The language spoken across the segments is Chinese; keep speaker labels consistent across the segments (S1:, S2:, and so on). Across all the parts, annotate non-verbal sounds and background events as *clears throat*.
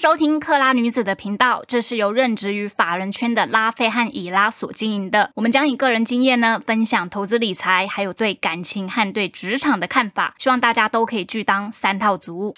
S1: 收听克拉女子的频道，这是由任职于法人圈的拉菲和以拉所经营的。我们将以个人经验呢，分享投资理财，还有对感情和对职场的看法，希望大家都可以去当三套族。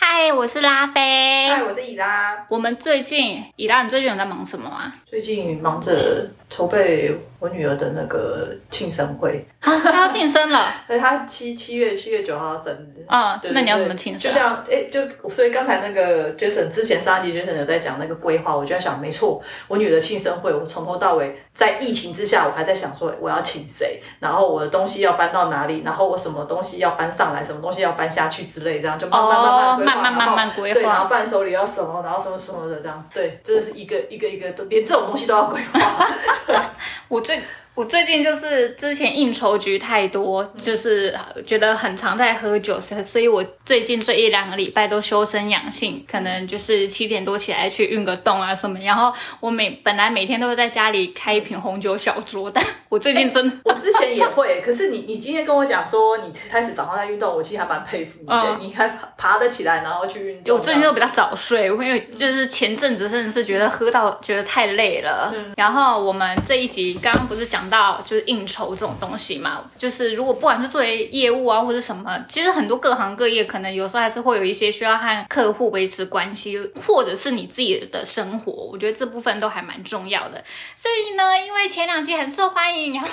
S1: 嗨，我是拉菲。
S2: 嗨，我是以拉。
S1: 我们最近，以拉，你最近有在忙什么啊？
S2: 最近忙着筹备我女儿的那个庆生会，
S1: 啊，她 *laughs* 要庆生
S2: *laughs*
S1: 了。
S2: 而她七七月七月九号生日。
S1: 嗯
S2: 对，
S1: 那你要
S2: 对
S1: 怎么庆生
S2: 就？像哎、就所以刚才那个 Jason 之前上一集 Jason 有在讲那个规划，我就在想，没错，我女儿的庆生会，我从头到尾在疫情之下，我还在想说我要请谁，然后我的东西要搬到哪里，然后我什么东西要搬上来，什么东西要搬下去之类，这样就慢慢慢慢
S1: 哦，
S2: 规划，
S1: 慢慢慢慢规
S2: 对，然后
S1: 划。
S2: 伴手礼要什么，然后什么什么的这样，对，真的是一个一个一个都连这种东西都要规划。 *laughs*
S1: 我最我最近就是之前应酬局太多，就是呃觉得很常在喝酒，所以所以我最近这一两个礼拜都修身养性，可能就是七点多起来去运个动啊什么。然后我每本来每天都会在家里开一瓶红酒小酌，但我最近真的。
S2: 我之前也会，可是你你今天跟我讲说你开始早上在运动，我其实还蛮佩服你的，
S1: 嗯
S2: 你还爬得起来，然后去运动。
S1: 我最近都比较早睡，我因为就是前阵子真的是觉得喝到觉得太累了。然后我们这一集刚刚不是讲到就是应酬这种东西嘛，就是如果不管是作为业务啊或者什么，其实很多各行各业可能有时候还是会有一些需要和客户维持关系，或者是你自己的生活，我觉得这部分都还蛮重要的。所以呢，因为前两期很受欢迎，然后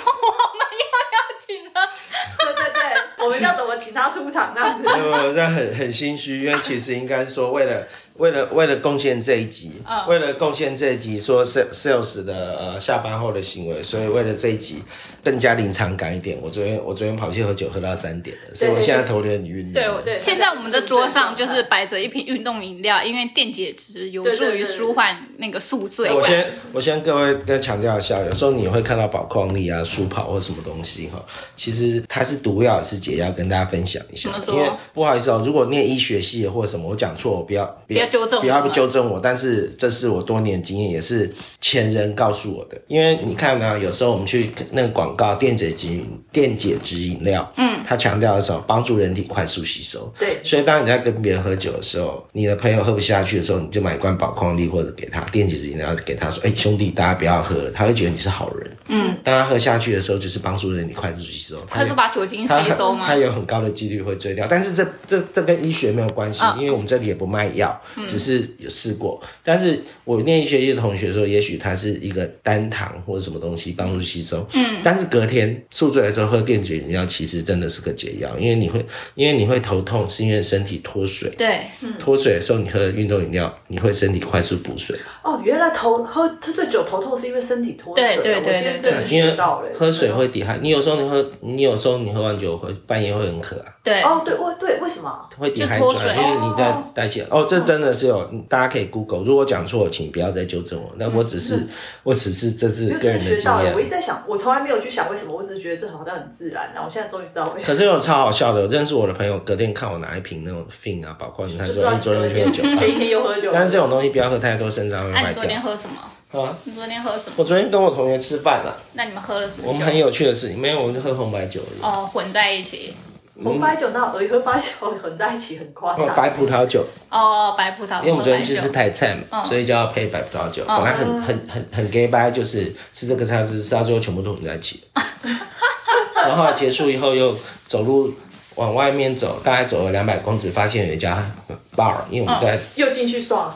S1: 我们又邀请了
S2: 对对对，我们要怎么请他出场这样子？
S3: 没有，没有这很很心虚，因为其实应该说为了为了为了贡献这一集，
S1: 嗯
S3: 为了贡献这一集说 sales sales 的呃下班后的行为，所以为了这一集更加临场感一点。我昨天我昨天跑去喝酒喝到三点了，所以我现在头有点晕
S1: 对，
S3: 了
S1: 我。
S2: 对
S1: 现在我们的桌上就是摆着一瓶运动饮料，因为电解质有助于舒缓那个宿醉
S3: 我
S1: 感。
S3: 先我先各位跟强调一下，有时候你会看到宝矿力啊、舒跑或什么东西哈，其实它是毒药，也是解药，跟大家分享一下
S1: 怎么。说
S3: 因为不好意思哦，如果念医学系或者什么，我讲错，我不要不
S1: 不要纠正我
S3: 不要
S1: 们
S3: 纠正我。但是这是我多年经验，也是前人告诉我的。因为你看呢、有时候我们去那个广告电解质饮电解质饮料，嗯，它强调的是什么？帮助人体快速吸收。
S2: 对
S3: 所以当你在跟别人喝酒的时候，你的朋友喝不下去的时候，你就买一罐宝矿力或者给他电解质饮料，给他说：“哎、兄弟，大家不要喝了。”他会觉得你是好人。嗯，当他喝下去的时候，就是帮助人体快速吸收。
S1: 他是把酒
S3: *laughs*
S1: 精
S3: 它
S1: 吸收吗
S3: 它？有很高的几率会醉掉，但是这这这跟医学没有关系，
S1: 嗯
S3: 因为我们这里也不卖药，只是有试过。但是我念医学系的同学说，也许它是一个单糖或者什么东西帮助吸收，嗯，但是隔天宿醉的时候喝电解饮料，其实真的是个解药，因为你会因为你会头痛，是因为身体脱水，
S1: 对，
S3: 脱水的时候你喝运动饮料，你会身体快速补水，
S2: *laughs* 哦，原来头喝喝醉酒头痛是因为身体脱水啊，
S1: 对对对
S2: 我今天
S1: 对
S2: 真
S1: 对
S2: 的
S3: 因
S2: 学
S3: 为
S2: 到了。
S3: 喝水会抵汗，你有时候你喝你有时候你喝完酒会半夜会很渴啊。
S1: 对，
S2: 哦，对，为对为什么？
S3: 会抵
S1: 就
S3: 海
S1: 脱
S3: 转，
S1: 水
S3: 因为你在代谢。哦，这真的是有，大家可以 Google。如果讲错，请不要再纠正我。那我只是，我只是这是
S2: 因为
S3: 个
S2: 真的
S3: 人的
S2: 学
S3: 经
S2: 到了，我一
S3: 验。
S2: 直在想，我从来没有去想为什么，我只是觉得这好像很自然，然后我现在终于知道为什
S3: 可
S2: 么。
S3: 是有超好笑的，我认识我的朋友，隔天看我拿一瓶那种 fin 啊，宝矿力，他
S2: 就知：“
S3: 说
S2: 道
S3: 哎，昨天去喝酒吧。
S2: *laughs* 前一天又喝酒，
S3: 但是这种东西不要喝太多，肾脏会
S1: 那、
S3: 坏
S1: 你昨
S3: 掉
S1: 天。喝什么？
S3: 啊，
S1: 你昨天喝什么？
S3: 我昨天跟我同学吃饭了，
S1: 那你们喝了什
S3: 我
S1: 么
S3: 们很
S1: 酒？
S3: 有趣的事情，没有，我们就喝红白酒而已。
S1: 哦，混在一起。
S2: 红白酒那有喝白酒混在一起很夸
S3: 嗯哦
S2: 张，。
S3: 白葡萄酒，
S1: 哦，白葡萄。
S3: 因为我们昨天去
S1: 喝白
S3: 吃
S1: 酒嗯
S3: 台菜嘛，所以就要配白葡萄酒。本来很很很很 gay 掰，就是吃这个菜吃吃到最后全部都混在一起。然后结束以后又走路往外面走，大概走了两百公尺，发现有一家 bar，因为我们
S1: 嗯
S3: 在
S2: 又进去爽，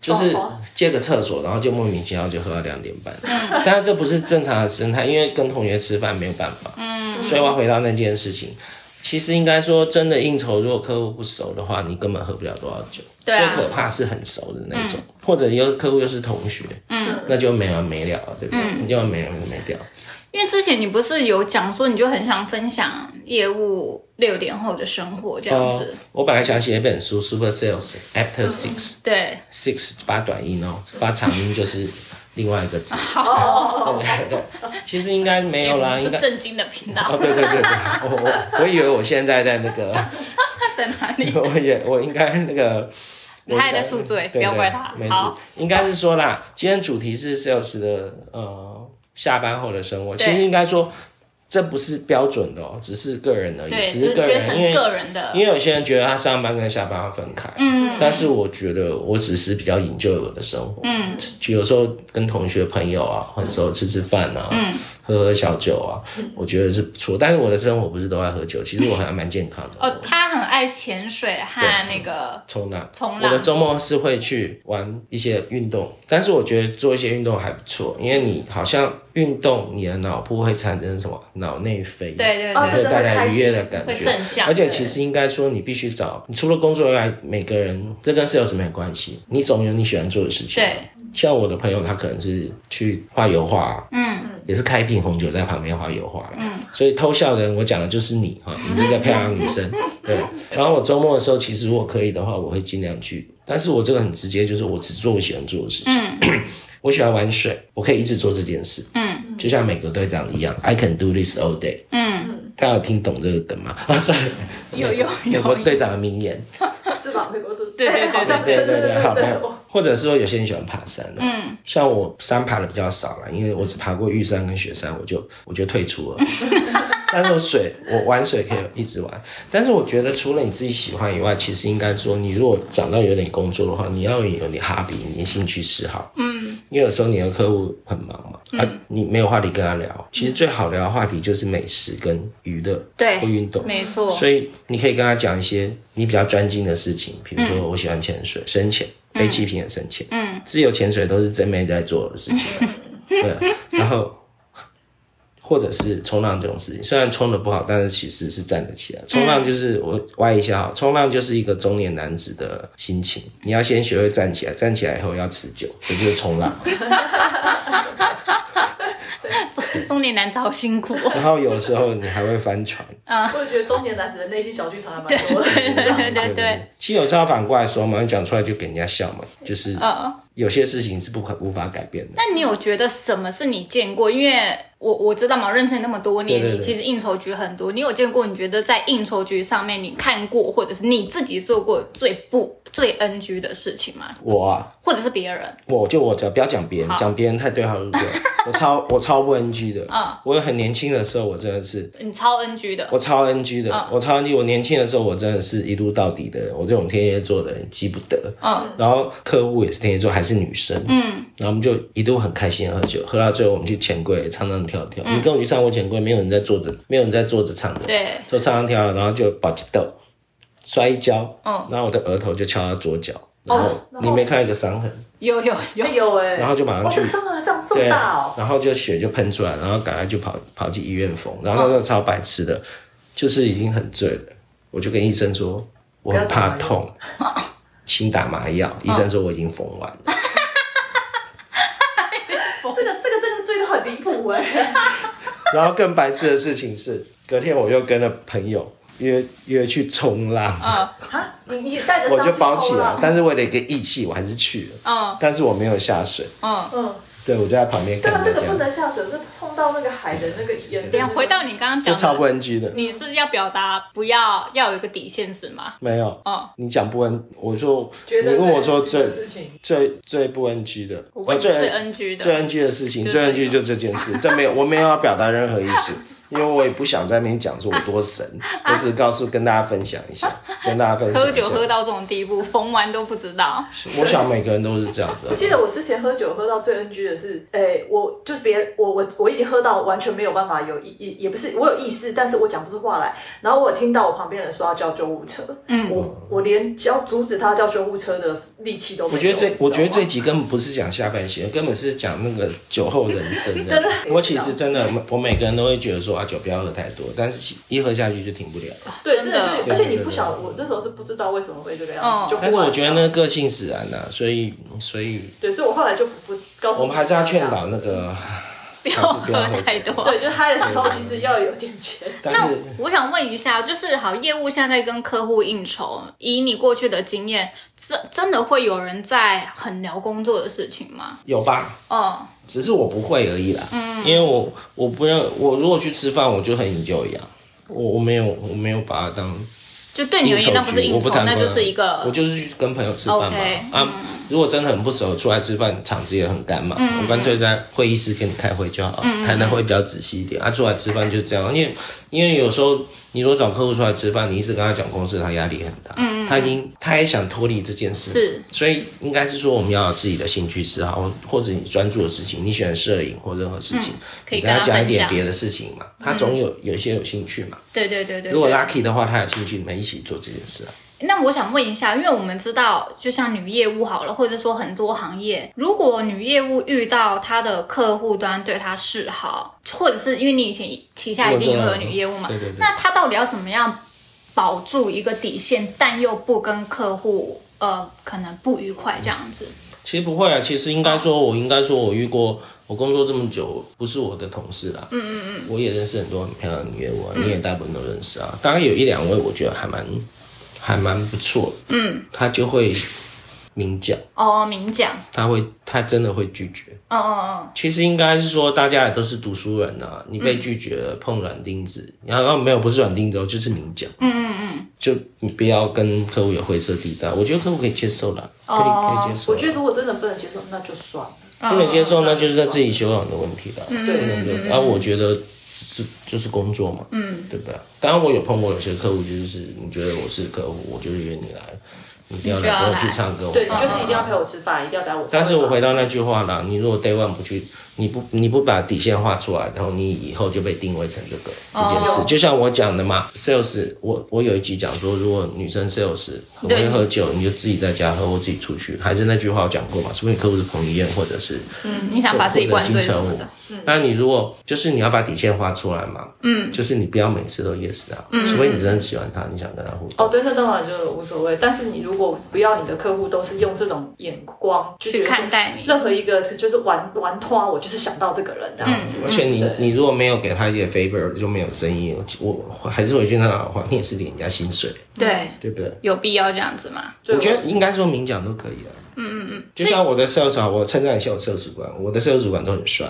S3: 就是
S2: 哦
S3: 借个厕所，然后就莫名其妙就喝到两点半。
S1: 嗯
S3: 但是这不是正常的生态，因为跟同学吃饭没有办法。嗯，所以我要回到那件事情。其实应该说，真的应酬，如果客户不熟的话，你根本喝不了多少酒。
S1: 对啊嗯
S3: 最可怕是很熟的那种，或者又客户又是同学，嗯，那就没完没了了，对不对？
S1: 嗯
S3: 你就没完没了。
S1: 因为之前你不是有讲说，你就很想分享业务六点后的生活这样子。
S3: 呃我本来想写一本书《Super Sales After Six、
S1: 对，
S3: Six》，发短音哦，发长音就是另外一个
S1: *laughs*
S3: 字。
S2: 哦，
S3: 对对对，其实应该没有啦，应
S1: 这
S3: 该
S1: 震惊的频道
S3: *laughs* 哦，对对对对，我我我以为我现在在那
S1: *laughs*
S3: 个，
S1: 在哪里？
S3: 我也我应该那个，
S1: *laughs* 你还在宿醉，
S3: 对对
S1: 不要怪他。
S3: 没事
S1: 好，，
S3: 应该是说啦，今天主题是 sales 的呃下班后的生活，其
S1: 对
S3: 实应该说。这不是标准的哦，只是个人而已，
S1: 对，
S3: 只
S1: 就是
S3: 个人，因
S1: Jason
S3: 为
S1: 个人的
S3: 因，为有些人觉得他上班跟下班要分开，
S1: 嗯
S3: 但是我觉得我只是比较引咎我的生活，
S1: 嗯，
S3: 有时候跟同学朋友啊，很熟吃吃饭啊，
S1: 嗯，
S3: 喝喝小酒啊，我觉得是不错。但是我的生活不是都在喝酒，其实我还蛮健康的。
S1: 哦，他很爱潜水和那个，
S3: 冲浪，
S1: 冲
S3: 我
S1: 浪
S3: 的周末是会去玩一些运动，但是我觉得做一些运动还不错，因为你好像运动，你的脑部会产生什么脑内啡，啊
S1: 对对
S2: 哦
S1: 对，
S3: 会带来愉悦的感
S1: 会
S3: 觉。
S1: 正向
S3: 而，且其实应该说，你必须找，你除了工作以外，每个人这跟 sales 没有关系，你总有你喜欢做的事情。
S1: 对，
S3: 像我的朋友，他可能是去画油画啊、
S1: 嗯，
S3: 也是开一瓶红酒在旁边画油画啦。所以偷笑的人，我讲的就是你哈，你这个漂亮女
S1: *laughs*
S3: 生。对，然后我周末的时候，其实如果可以的话，我会尽量去，但是我这个很直接，就是我只做我喜欢做的事情。
S1: 嗯
S3: *clears throat* 我喜欢玩水，我可以一直做这件事。嗯，就像美国队长一样，I can do this all day。嗯，大家有听懂这个梗吗？ *laughs* 啊，sorry，
S1: 有有
S3: 美国
S1: 有，
S3: 队长的名言。
S2: 是吧？美
S1: *laughs*
S2: 国都哎
S1: 对对对
S2: 好像
S3: 对
S2: 对
S3: 对对，好
S2: 对
S3: 的。或者是说，有些人喜欢爬山、啊，
S1: 嗯，
S3: 像我山爬的比较少了，因为我只爬过玉山跟雪山，我就我就退出了。但是我水，我玩水可以一直玩。但是我觉得，除了你自己喜欢以外，其实应该说，你如果讲到有点工作的话，你要有你哈比，你的兴趣嗜好。嗯，因为有时候你的客户很忙嘛，啊，你没有话题跟他聊。其实最好聊的话题就是美食跟娱乐，
S1: 对
S3: 或运动。
S1: 没错，
S3: 所以你可以跟他讲一些你比较专精的事情，比如说我喜欢潜水、深潜、背气瓶的深潜，嗯，自由潜水都是真妹在做的事情，对，啊然后。或者是冲浪这种事情，虽然冲的不好，但是其实是站得起来。冲浪就是我歪一下哈，冲浪就是一个中年男子的心情。你要先学会站起来，站起来以后要持久，这就是冲浪。
S1: *laughs* 中年男子好辛苦哦，
S3: 然后有时候你还会翻船，
S2: 我也觉得中年男子的内心小剧场还蛮多的。
S1: *laughs*
S3: *laughs*
S1: 对对对，
S3: 其实有时候反过来说嘛，你讲出来就给人家笑嘛，就是
S1: 嗯。
S3: 有些事情是不可无法改变的。
S1: 那你有觉得什么是你见过？因为我我知道嘛，认识你那么多年，
S3: 对对对
S1: 你其实应酬局很多，你有见过？你觉得在应酬局上面，你看过或者是你自己做过最不最 NG 的事情吗？
S3: 我啊，
S1: 或者是别人？
S3: 我就我只要不要讲别人，讲别人太对号入
S1: *laughs*
S3: 座，我超我超不 NG 的。
S1: 嗯
S3: 我很年轻的时候，我真的是
S1: 你超 NG 的
S3: 我超 NG 的，
S1: 嗯
S3: 我超 NG。我年轻的时候，我真的是一路到底的人，我这种天蝎座的人记不得。
S1: 嗯，
S3: 然后客户也是天蝎座，还是女生。嗯，然后我们就一路很开心地喝酒，喝到最后我们去钱柜唱唱跳跳。
S1: 嗯
S3: 你跟我去上过钱柜，没有人在坐着，没有人在坐着唱的。
S1: 对，
S3: 就唱唱跳，然后就把击斗，摔一跤，
S1: 嗯
S3: 然后我的额头就敲到左脚，然
S2: 哦
S3: 后
S2: 然后
S3: 你没看到一个伤痕，
S1: 有有有
S2: 哎，呦哎，
S3: 然后就马上
S2: 哇，
S3: 去
S2: 这，这么这么这
S3: 对
S2: 么大哦，，
S3: 然后就血就喷出来，然后赶快就跑跑去医院缝，然后
S2: 哦
S3: 那时候超白痴的，就是已经很醉了，我就跟医生说我很怕痛，
S2: *laughs*
S3: 请打麻
S2: 哦
S3: 药，医生说我已经缝完了，
S2: 这个这个这个醉的很离谱
S3: *laughs*
S2: 哎，
S3: 然后更白痴的事情是，隔天我又跟了朋友约约去冲浪，
S1: 嗯
S2: 啊，你你也带着
S3: 我
S2: 上
S3: 就
S2: 去
S3: 包起
S2: 抽
S3: 来
S2: 了，
S3: 但是为了一个义气，我还是去了。
S1: 嗯
S3: 但是我没有下水，
S1: 嗯。
S2: 嗯，
S3: 对我就在旁边
S2: 对
S3: 看
S2: 啊，
S3: 大
S2: 这个
S3: 家
S2: 不，能下水，这冲到那个海的那个眼。
S1: 等一下回到你刚刚
S3: 这超
S1: 讲
S3: 不
S1: 的，
S3: NG 的，
S1: 你是要表达不要要有一个底线是吗？
S3: 没有。
S1: 哦
S3: 你讲不 N，我说你
S2: 觉得
S3: 问我说最
S2: 这个事情，
S3: 最最不 NG 的，
S1: 我
S3: 呃
S1: 问你最 NG 的
S3: 最 NG 的事情，
S1: 就
S3: 最
S1: 这个
S3: NG 就这件事，这没有，我没有要表达任何意思，因为我也不想在那边讲说我多神，
S1: *laughs*
S3: 我只是告诉跟大家分享一下，跟大家分享
S1: 喝
S3: 一下
S1: 酒。喝到这种地步，缝完都不知道。
S3: 我想每个人都是这样子
S2: 我
S3: 啊，
S2: 记得我之前喝酒喝到最 NG 的是，哎、我就是别我我我已经喝到完全没有办法有意也也不是我有意识，但是我讲不出话来。然后我有听到我旁边人说要叫救护车，嗯，我我连叫阻止他叫救护车的力气都没有。
S3: 我觉得这，我觉得这
S2: 你知道吗
S3: 集根本不是讲下半期，根本是讲那个酒后人生
S2: 真
S3: 的
S1: *laughs*
S2: 的。
S3: 我其实真的，我每个人都会觉得说啊，酒不要喝太多，但是一喝下去就停不了。
S2: 对，
S1: 真
S2: 真
S1: 的
S2: 的就是，而且你不晓，我那时候是不知道为什么会这个样
S1: 嗯
S2: 子，就
S3: 但是我觉得那
S2: 呢，
S3: 个个性使然呐、所以所以
S2: 对，所以我后来就不不告诉
S3: 我们还是要劝导那个，
S1: *laughs* 不要
S3: 还是不要喝
S1: 喝
S3: 酒
S1: 太多。
S2: 对，就是嗨的时候其实要有点钱。
S3: 但
S1: 那
S3: 是
S1: 我想问一下，就是好业务现在在跟客户应酬，以你过去的经验，真真的会有人在很聊工作的事情吗？
S3: 有吧，
S1: 哦，
S3: 只是我不会而已啦。嗯，因为我我不要，我如果去吃饭，我就很引咎一样，我我没有我没有把它当
S1: 就对你而言那不是
S3: 我
S1: 应
S3: 不
S1: 酬，
S3: 谈
S1: 那
S3: 朋友
S1: 就是一个
S3: 我就是去跟朋友吃饭嘛。
S1: OK，嗯
S3: 啊，如果真的很不熟，出来吃饭场子也很干嘛，
S1: 嗯
S3: 我干脆在会议室跟你开会就好，谈的会比较仔细一点。啊，出来吃饭就这样，因为因为有时候你如果找客户出来吃饭，你一直跟他讲公司，他压力很大，他已经他也想脱离这件事，
S1: 嗯是
S3: 所以应该是说我们要有自己的兴趣嗜好，或者你专注的事情，你喜欢摄影或任何事情，
S1: 嗯可以
S3: 你
S1: 跟
S3: 跟他
S1: 他
S3: 讲一
S1: 分
S3: 点
S1: 享
S3: 别的事情嘛，他总有有一些有兴趣嘛。
S1: 对对对对对。
S3: 如果 lucky 的话，他有兴趣，你们一起做这件事啊。
S1: 那我想问一下，因为我们知道，就像女业务好了，或者说很多行业，如果女业务遇到她的客户端对她示好，或者是因为你以前旗下一定会有女业务嘛，
S3: 对对对
S1: 那她到底要怎么样保住一个底线，但又不跟客户呃可能不愉快这样子？
S3: 其实不会啊，其实应该说，我应该说，我遇过，我工作这么久，不是我的同事啦，嗯嗯嗯，我也认识很多很漂亮的女业务啊，
S1: 嗯
S3: 你也大部分都认识啊，当然有一两位我觉得还蛮还蛮不错，嗯，他就会明讲，
S1: 哦，明讲，
S3: 他会他真的会拒绝。
S1: 嗯嗯
S3: 其实应该是说，大家也都是读书人啊，你被拒绝了，碰软钉子，然后没有不是软钉子哦，就是明讲，嗯嗯嗯，就你不要跟客户有灰色地带，我觉得客户可以接受啦，可以可以接受
S2: 我
S3: 啦。
S2: 觉得如果真的不能接受，那就算了。
S3: 不能接受，那就是他自己修养的问题了，对
S2: 对
S3: 不对？然后我觉得是就是工作嘛，嗯，对不对？当然我有碰过有些客户，就是你觉得我是客户，我就约你来，你一定要
S1: 你就
S3: 来
S1: 要
S3: 跟我
S1: 来
S3: 去唱歌，
S2: 对，
S3: 我
S2: 你
S3: 干
S2: 就是一定要
S3: 嘛
S2: 陪我吃饭，一定要带我。
S3: 但是我回到那句话啦，你如果 day one 不去，你不你不把底线画出来，然后你以后就被定位成这个这件
S1: 哦
S3: 事。就像我讲的嘛，sales，我我有一集讲说，如果女生 sales 很
S1: 对
S3: 会喝酒，你就自己在家喝或自己出去，还是那句话我讲过嘛，说不定客户是彭于晏或者是
S1: 嗯，你想把自己灌醉什么的，嗯
S3: 那你如果就是你要把底线画出来嘛，嗯，就是你不要每次都 yes 啊，
S1: 嗯
S3: 除非你真的喜欢他，你想跟他互动。
S2: 哦，对，那当然就无所谓。但是你如果不要你的客户都是用这种眼光就觉
S1: 去
S2: 得说
S1: 看待你
S2: 任何一个就是玩玩脱，我就是想到这个人这
S1: 嗯
S2: 样子。
S3: 而且你
S2: 对
S3: 你如果没有给他一点 favor，就没有生意。我我还是回去那老话，你也是领人家薪水，
S1: 对，
S3: 对不对？
S1: 嗯有必要这样子吗？
S2: 对
S3: 我觉得应该说明讲都可以啊。嗯嗯嗯，就像我的 sales 啊，我称赞一下我 sales 主管，我的 sales 主管都很帅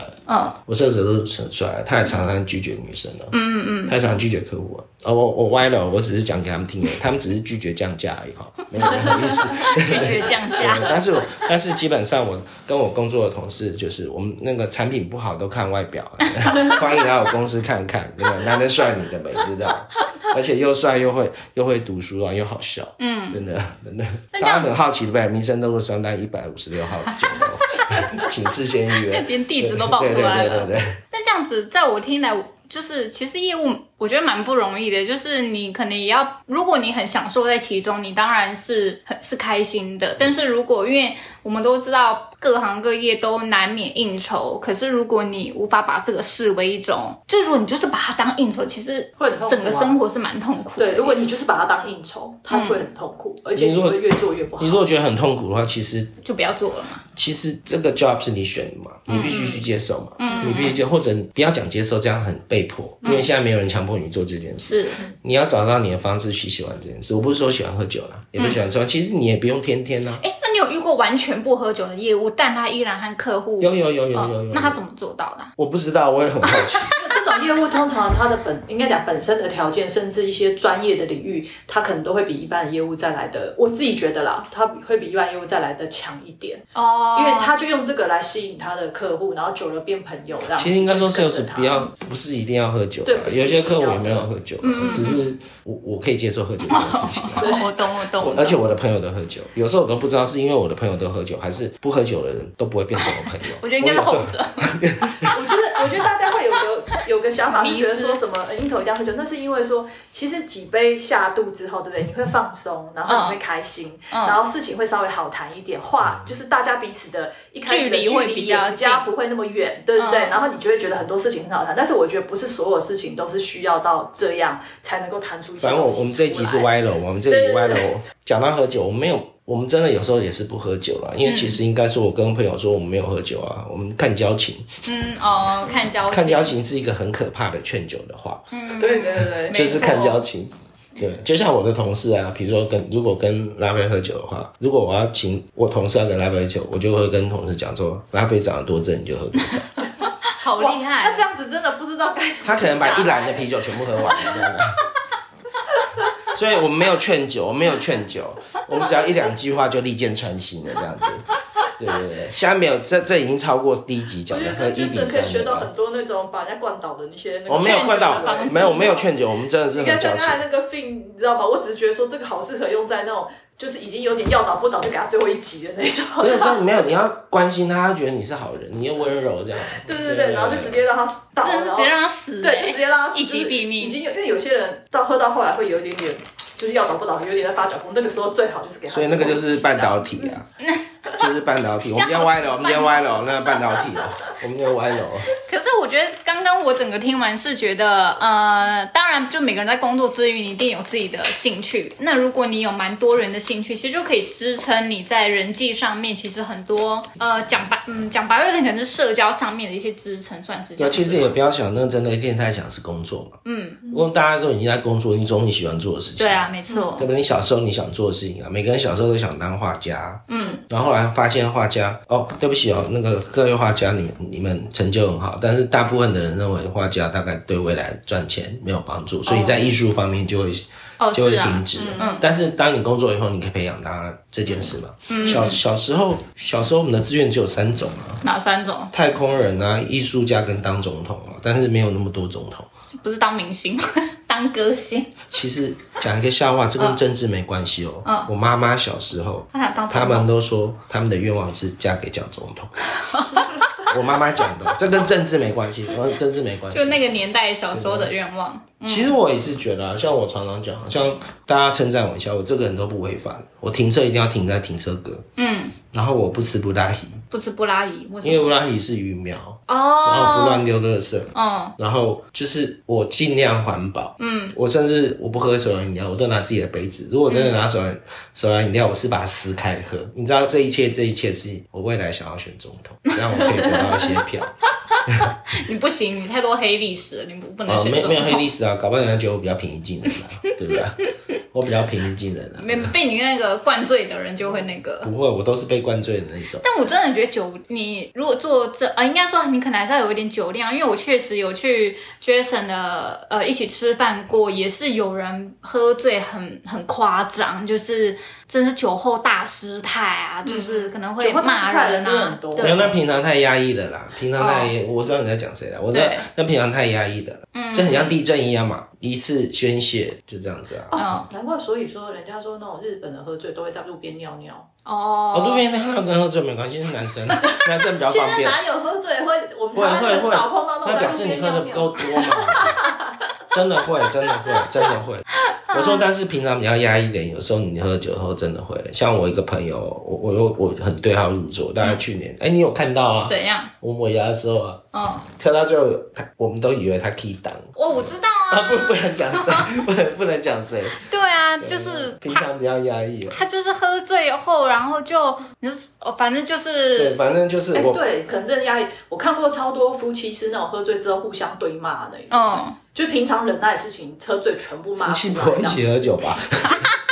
S1: 嗯，
S3: 啊，我 sales 都很帅啊，他也常常拒绝女生啊，嗯嗯嗯，他也常常拒绝客户啊。哦，我我歪了，我只是讲给他们听而已，他们只是拒绝降价而已哈，没有任何意思。
S1: 拒绝降价，
S3: 但是我但是基本上我跟我工作的同事，就是我们那个产品不好都看外表， *laughs* 欢迎来我公司看看，对吧？男的帅，女的美，知道？ *laughs* 而且又帅又会又会读书啊，又好笑，嗯，真的真的。大家很好奇对不对？民生东路商单一百五十六号九楼， *laughs* 请事先预约。
S1: *laughs* 连地址都报出来了
S3: 对对对。对对
S1: 那这样子，在我听来，就是其实业务我觉得蛮不容易的，就是你可能也要，如果你很享受在其中，你当然是很是开心的。但是如果因为我们都知道各行各业都难免应酬，可是如果你无法把这个视为一种，就如果你就是把它当应酬，其实
S2: 会很痛苦啊
S1: 整个生活是蛮痛苦的。
S2: 对，如果你就是把它当应酬，他会很痛苦，而且
S3: 嗯你
S2: 你
S3: 如果
S2: 会越做越不好
S3: 你。如果觉得很痛苦的话，其实
S1: 就不要做了嘛。
S3: 其实这个 job 是你选的嘛，
S1: 嗯
S3: 你必须去接受嘛，你必须接，或者你不要讲接受，这样很被迫，因
S1: 嗯
S3: 为现在没有人强迫你做这件事。
S1: 是，
S3: 你要找到你的方式去喜欢这件事。我不是说喜欢喝酒啦，也不是喜欢吃饭，其实你也不用天天啊啦、
S1: 嗯哎，那你有遇过完全不喝酒的业务，但他依然和客户
S3: 有有有有有
S1: 哦
S3: 有有
S1: 那他怎么做到的啊？
S3: 我不知道，我也很好
S1: *laughs*
S3: 奇。
S2: 这种业务通常它的本应该讲本身的条件，甚至一些专业的领域，它可能都会比一般的业务再来的，我自己觉得啦，它会比一般业务再来的强一点，
S1: 哦，
S2: 因为他就用这个来吸引他的客户，然后久了变朋友这样。
S3: 其实应该说
S2: 跟着
S3: sales
S2: 他
S3: 不要，不是一定要喝酒啦啊
S2: 对不是
S3: 有些客户
S2: 一定
S3: 也
S2: 要
S3: 没有喝酒啦，啊
S1: 嗯
S3: 只是我我可以接受喝酒这件事情啦。啊
S1: 哦我懂我懂，我懂。
S3: *laughs* 而且我的朋友都喝酒，有时候我都不知道是因为我的朋友都喝酒，还是不喝酒的人都不会变成我朋友
S1: 我觉得应该是
S3: 有时候
S1: 后者。
S2: 我觉得我觉得大家会
S1: *laughs*
S2: 有个有个想法，是觉得
S1: 迷
S2: 说
S1: 失
S2: 什么呃应酬一定要喝酒，那是因为说其实几杯下肚之后，对不对？你会放松，然后
S1: 嗯
S2: 你会开心，然后事情会稍微好谈一点，话
S3: 嗯
S2: 就是大家彼此的一开始的
S1: 距离
S2: 距离
S1: 会
S2: 也
S1: 比
S2: 比
S1: 较近
S2: 较不会那么远，对不对？
S1: 嗯
S2: 然后你就会觉得很多事情很好谈，但是我觉得不是所有事情都是需要到这样才能够谈出一些
S3: 反正我
S2: 东西
S3: 我们这一集是
S2: 出来
S3: 歪楼，我们这里歪楼。讲到喝酒，我们没有，我们真的有时候也是不喝酒啦，因为其实应该说，我跟朋友说我们没有喝酒啊，我们看交情，
S1: 嗯哦，看交情
S3: 看交情是一个很可怕的劝酒的话，
S2: 对对对
S1: 没
S2: 对，
S3: 就是看交情。对，就像我的同事啊，比如说跟如果跟拉菲喝酒的话，如果我要请我同事要跟拉菲喝酒，我就会跟同事讲说，拉菲长得多正，你就喝多少。
S1: 好
S2: 哇
S1: 厉
S2: 那这
S1: 害。
S2: 样子真的不知道该怎么。
S3: 他可能把一篮的啤酒全部喝完了，这样啊。所以我们没有劝酒，我们没有劝酒，我们只要一两句话就利剑穿心了这样子。对对对，现在没有，这这已经超过第一集
S2: 我
S3: 讲
S2: 觉
S3: 的
S2: 得
S3: 喝
S2: 跟
S3: 一
S2: *laughs* 就
S3: 比
S2: 是可
S3: 三
S2: 以学到
S3: 的。
S2: 很多那种把人家灌倒的那些那个。
S3: 我没有灌到
S1: 劝酒的方，式
S3: 没有没有劝酒，我们真的是
S2: 应该
S3: 很
S2: 像
S3: 矫
S2: 刚才
S3: 情。
S2: 那个 fin，你知道吧？我只是觉得说这个好适合用在那种就是已经有点要倒不倒，就给他最后一集的那种。 *laughs*
S3: 没有这样，没有你要关心他，他觉得你是好人，你又温柔这样。
S2: 对对对，然后就直接让他倒，
S1: 真的是直接
S2: 然后
S1: 让他死、欸，
S2: 对，就直接让他
S1: 一击毙命
S2: 已经有，因为有些人到喝到后来会有一点点，就是要倒不倒，有点在发酒疯。那个时候最好就是给他。
S3: 所以那个就是半导。体啊，就是半导体。我们今天歪了，我们今天歪了，那个半导体哦，我们今天歪了哦。
S1: 可是我觉得刚刚我整个听完是觉得，呃，当然就每个人在工作之余，你一定有自己的兴趣。那如果你有蛮多人的兴趣，其实就可以支撑你在人际上面，其实很多呃讲白嗯讲白话一点，可能是社交上面的一些支撑，算是这
S3: 对，
S1: 样
S3: 其实也不要想那真的一天太想是工作嘛。嗯，因为大家都已经在工作，你总有你喜欢做的事情。
S1: 对啊，没错，
S2: 嗯
S3: 对吧？你小时候你想做的事情啊，每个人小时候都想当画家，嗯，然后后来发现画家，哦，对不起哦，那个各位画家，你们你们成就很好，但是大部分的人认为画家大概对未来赚钱没有帮助，所以你在艺术方面就会、
S1: 哦
S3: 就会
S1: 是啊
S3: 停，止了。但是当你工作以后，你可以培养他这件事嘛。
S1: 嗯
S3: 小小时候，小时候我们的志愿只有三种啊，
S1: 哪三种？
S3: 太空人啊，艺术家跟当总统啊，但是没有那么多总统。
S1: 不是当明星， *laughs* 当歌星，
S3: 其实讲一个笑话，这跟政治没关系哦。
S1: 嗯
S3: 我妈妈小时候，
S1: 他啊想当
S3: 他
S1: 总统
S3: 们都说他们的愿望是嫁给蒋总
S1: *laughs*
S3: 统。我妈妈讲的，这跟政治没关系，跟政治没关系。
S1: 就那个嗯年代小时候的愿望。
S3: 其实我也是觉得、啊，像我常常讲，像大家称赞我一下，我这个人都不违反，我停车一定要停在停车格，
S1: 嗯，
S3: 然后我不吃布拉提，
S1: 不吃布拉伊，为什
S3: 因
S1: 么？
S3: 为布拉提是鱼苗，然后不
S1: 哦，
S3: 乱丢垃圾，
S1: 嗯，
S3: 然后就是我尽量环保，嗯，我甚至我不喝手摇饮料，我都拿自己的杯子。如果
S1: 嗯
S3: 真的拿手摇、手摇饮料，我是把它撕开喝。你知道这一切，这一切是我未来想要选总统，这样我可以得到一些
S1: *laughs*
S3: 票。
S1: 你不行，你太多黑历史了，你不不能
S3: 哦，
S1: 选
S3: 没
S1: 这
S3: 没有
S1: 种
S3: 黑历史啊，搞不好人家觉得我比较平易近人啊，对不对？我比较平易近人啊，
S1: *laughs* 没被你那个灌醉的人就会那个。
S3: 不会，我都是被灌醉的那一种。
S1: 但我真的觉得酒，你如果做这啊、应该说你可能还是要有一点酒量，因为我确实有去 Jason 的呃一起吃饭过，也是有人喝醉很很夸张，就是真是酒后大失态啊，就是可能会
S2: 嗯酒后大
S1: 骂
S2: 失态
S1: 人
S2: 人真的
S1: 啊
S2: 很多，
S3: 没有，
S1: 对，
S3: 那平常太压抑了啦。平常太，
S2: 哦
S3: 我知道你在讲谁了。我那
S1: 对
S3: 那平常太压抑的，嗯，这很像地震一样嘛，一次宣泄就这样子啊。
S2: 哦，难怪，所以说人家说那种日本人喝醉都会在路边尿尿。
S1: 哦，
S3: 哦，路边那跟喝醉没关系，是男
S2: *laughs*
S3: 生，男生比较方便。
S2: 有喝醉会？我
S3: 会会会，那表
S2: 在
S3: 示
S2: 路
S3: 你
S2: 边
S3: 喝
S2: 尿
S3: 的不
S2: 尿
S3: 够多嘛？ *laughs* 真的会，真的会，真的会。我说，但是平常比较压抑一点，有时候你喝酒后真的会。像我一个朋友，我我又我很对号入座，大概去年，哎、你有看到啊？
S1: 怎样？
S3: 我抹牙的时候啊，
S1: 嗯，
S3: 看到最后，他我们都以为他 key 档。
S1: 我我知道
S3: 啊，不
S1: 啊，
S3: 不能讲谁，不能不能讲谁，嗯
S1: 对啊， *laughs* 就是
S3: 平
S1: 他
S3: 常比较压抑啊。
S1: 他就是喝醉后，然后就你就哦反正就
S3: 对，
S1: 是
S3: 反正就是
S2: 哎、
S3: 我
S2: 对，可能真的压力。我看过超多夫妻是那种喝醉之后互相对骂的那一种，
S1: 嗯。
S2: 就平常忍耐的事情，喝醉全部骂
S3: 夫
S2: 出
S3: 妻
S1: 啊
S3: 啊
S2: 来
S3: 不
S2: 这
S3: 会一
S2: 样
S3: 起喝酒吧？ *laughs*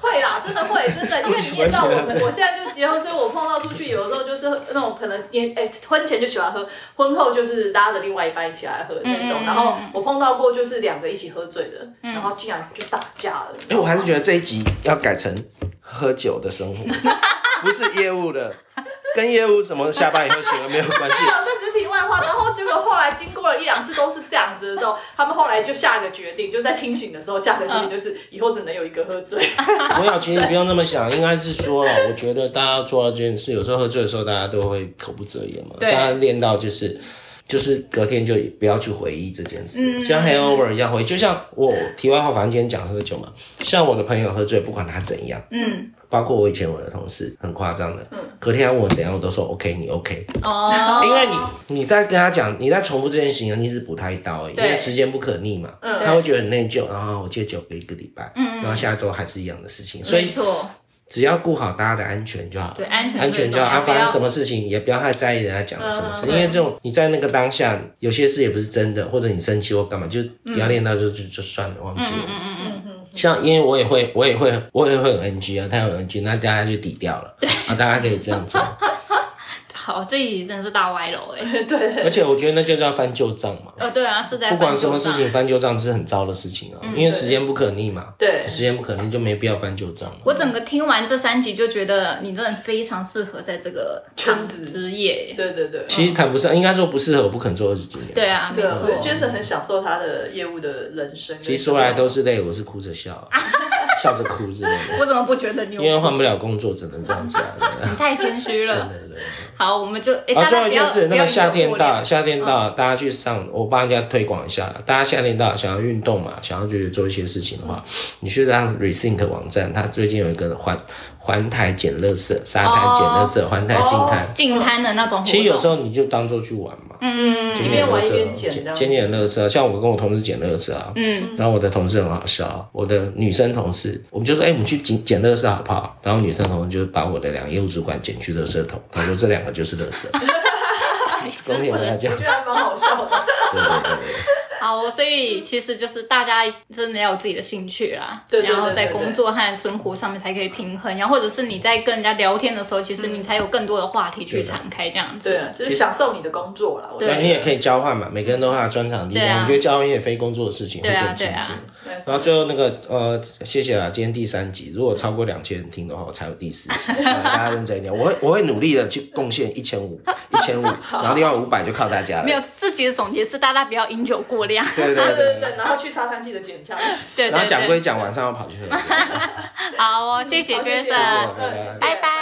S2: 会啦，真的会，真的，因为你也知道我
S3: 我觉
S2: 们，我现在就结婚，所以我碰到出去，有的时候就是那种可能年哎、婚前就喜欢喝，婚后就是拉着另外一半一起来喝那
S1: 嗯嗯
S2: 种。
S1: 嗯嗯
S2: 然后我碰到过就是两个一起喝醉的，然后竟然就打架了。
S3: 哎、我还
S2: *laughs*
S3: 是觉得这一集要改成喝酒的生活， *laughs* 不是业务的，跟业务什么下班以后行了没有关系。
S2: 好这只是题外话，然后结果后来经过了一两次都是这样子的时候，他们后来就下个决定，就在清醒的时候下个决
S1: 嗯
S2: 定就是以后只能有一个喝
S3: *laughs*
S2: 醉。
S3: 没有，其实你不用那么想，应该是说了，我觉得大家做到这件事，有时候喝醉的时候，大家都会口不择言嘛。大
S1: 对
S3: 家练到就是。就是隔天就不要去回忆这件事，
S1: 嗯
S3: 像 hangover 一样回忆。就像我题外话，反正今天讲喝酒嘛，像我的朋友喝醉，不管他怎样，
S1: 嗯，
S3: 包括我以前我的同事，很夸张的，隔天他问我怎样，我都说 OK，你 OK。
S1: 哦，
S3: 因为你你在跟他讲，你在重复这件事情，你只是补他一刀而已，因
S1: 对
S3: 为时间不可逆嘛，
S2: 嗯
S3: 他会觉得很内疚，然后我戒酒了一个礼拜，然后下周还是一样的事情，
S1: 嗯
S3: 所
S1: 没
S3: 以
S1: 错，
S3: 只要顾好大家的安全就好，
S1: 对，安全
S3: 安
S1: 最
S3: 全
S1: 重
S3: 就好，
S1: 要，
S3: 啊，
S1: 不
S3: 发生
S1: 要
S3: 什么事情也不要太在意人家讲什么事，
S2: 嗯
S3: 因为这种你在那个当下，有些事也不是真的，或者你生气或干嘛，就只要练到就就就算了，忘记了。
S2: 嗯嗯，
S3: 像因为我也会，我也会，我也会很 NG 啊，他有 NG，那大家就抵掉了，啊，大家可以这样子啊。
S1: 靠，这一集真的是大歪楼哎、欸！
S2: 对，
S3: 而且我觉得那就叫翻旧账嘛。
S1: 呃，对啊，是在
S3: 不管
S1: 翻
S3: 什么
S1: 旧
S3: 事
S1: 账
S3: 情，翻旧账是很糟的事情啊，因为时间不可逆嘛。
S2: 对
S3: 时间不可逆就没必要翻旧账嘛。
S1: 我整个听完这三集就觉得你真的非常适合在这个
S2: 圈子
S1: 行职业。
S2: 对对对，
S3: 其实谈不上，应该说不适合，我不肯做二十几年。
S1: 对，啊，没
S2: 对，
S1: 错
S2: 我觉。得 Jason 很享受他的业务的人生。
S3: 其实说来都是泪，我是哭着笑
S1: *laughs*
S3: 啊，笑着哭之类的，
S1: 我怎么不觉得你有？
S3: 因为换不了工作，只能这样子啊。
S1: *laughs*
S3: 对啊
S1: 你太谦虚了。
S3: 对对对。
S1: 好，我们就哎，
S3: 然
S1: 大
S3: 后最
S1: 家
S3: 后
S1: 不
S3: 一件
S1: 要
S3: 事，
S1: 不
S3: 那
S1: 要
S3: 个夏天到，
S1: 大，
S3: 夏天
S1: 嗯
S3: 到，大家去上，我帮人家推广一下。大家夏天到，想要运动嘛，想要去做一些事情的话，
S1: 嗯
S3: 你去上 Rethink 网站，它最近有一个环环台捡垃圾、沙滩捡垃
S1: 哦
S3: 圾、环台净滩。
S1: 净滩的那种活动。
S3: 其实有时候你就当做去玩嘛，嗯，
S2: 一边玩一边捡这样
S3: 捡捡垃圾啊。像我跟我同事捡垃圾啊，嗯，然后我的同事很好笑啊，我的女生同事，我们就说，哎、我们去捡捡垃圾好不好？然后女生同事就把我的两个业务主管捡去垃圾桶，她说这两个就是
S1: *laughs*
S3: 垃圾，恭喜大家
S2: 我。觉得还蛮好笑
S1: *laughs*
S2: 的。
S3: 对对对
S2: *laughs*
S3: 对，
S1: 好，所以其实就是大家真的要有自己的兴趣啦，
S2: 对对对
S1: 然后在
S2: 对对
S1: 工作和生活上面才可以平衡，然后或者是你在跟人家聊天的时候，其实你才有更多的话题去敞开这样子。
S2: 对啊，就是享受你的工作啦。我觉
S1: 对
S3: 那
S2: 得
S3: 你也可以交换嘛，每个人都有他的专长的地
S1: 对啊
S3: 方，我觉得交换一些非工作的事情会
S1: 对啊
S3: 更亲
S1: 对啊
S3: 近。
S2: 对
S3: 然后最后那个呃，谢谢啦，今天第三集，如果超过两千人听的话，我才有第四集。呃大家认真一点，我会我会努力的去贡献一千五，一千五，然后另外五百就靠大家了。
S1: 没有，这集的总结是大家不要饮酒过量。
S3: 对对
S2: 啊对
S3: 对
S2: 对对，然后去沙滩记得捡票。
S1: *laughs* 对对对。
S3: 然后讲归讲，晚上要跑去喝酒。
S1: 好哦，谢谢
S2: 好谢谢
S1: Jason，
S2: 谢谢
S3: 拜拜
S1: 拜拜。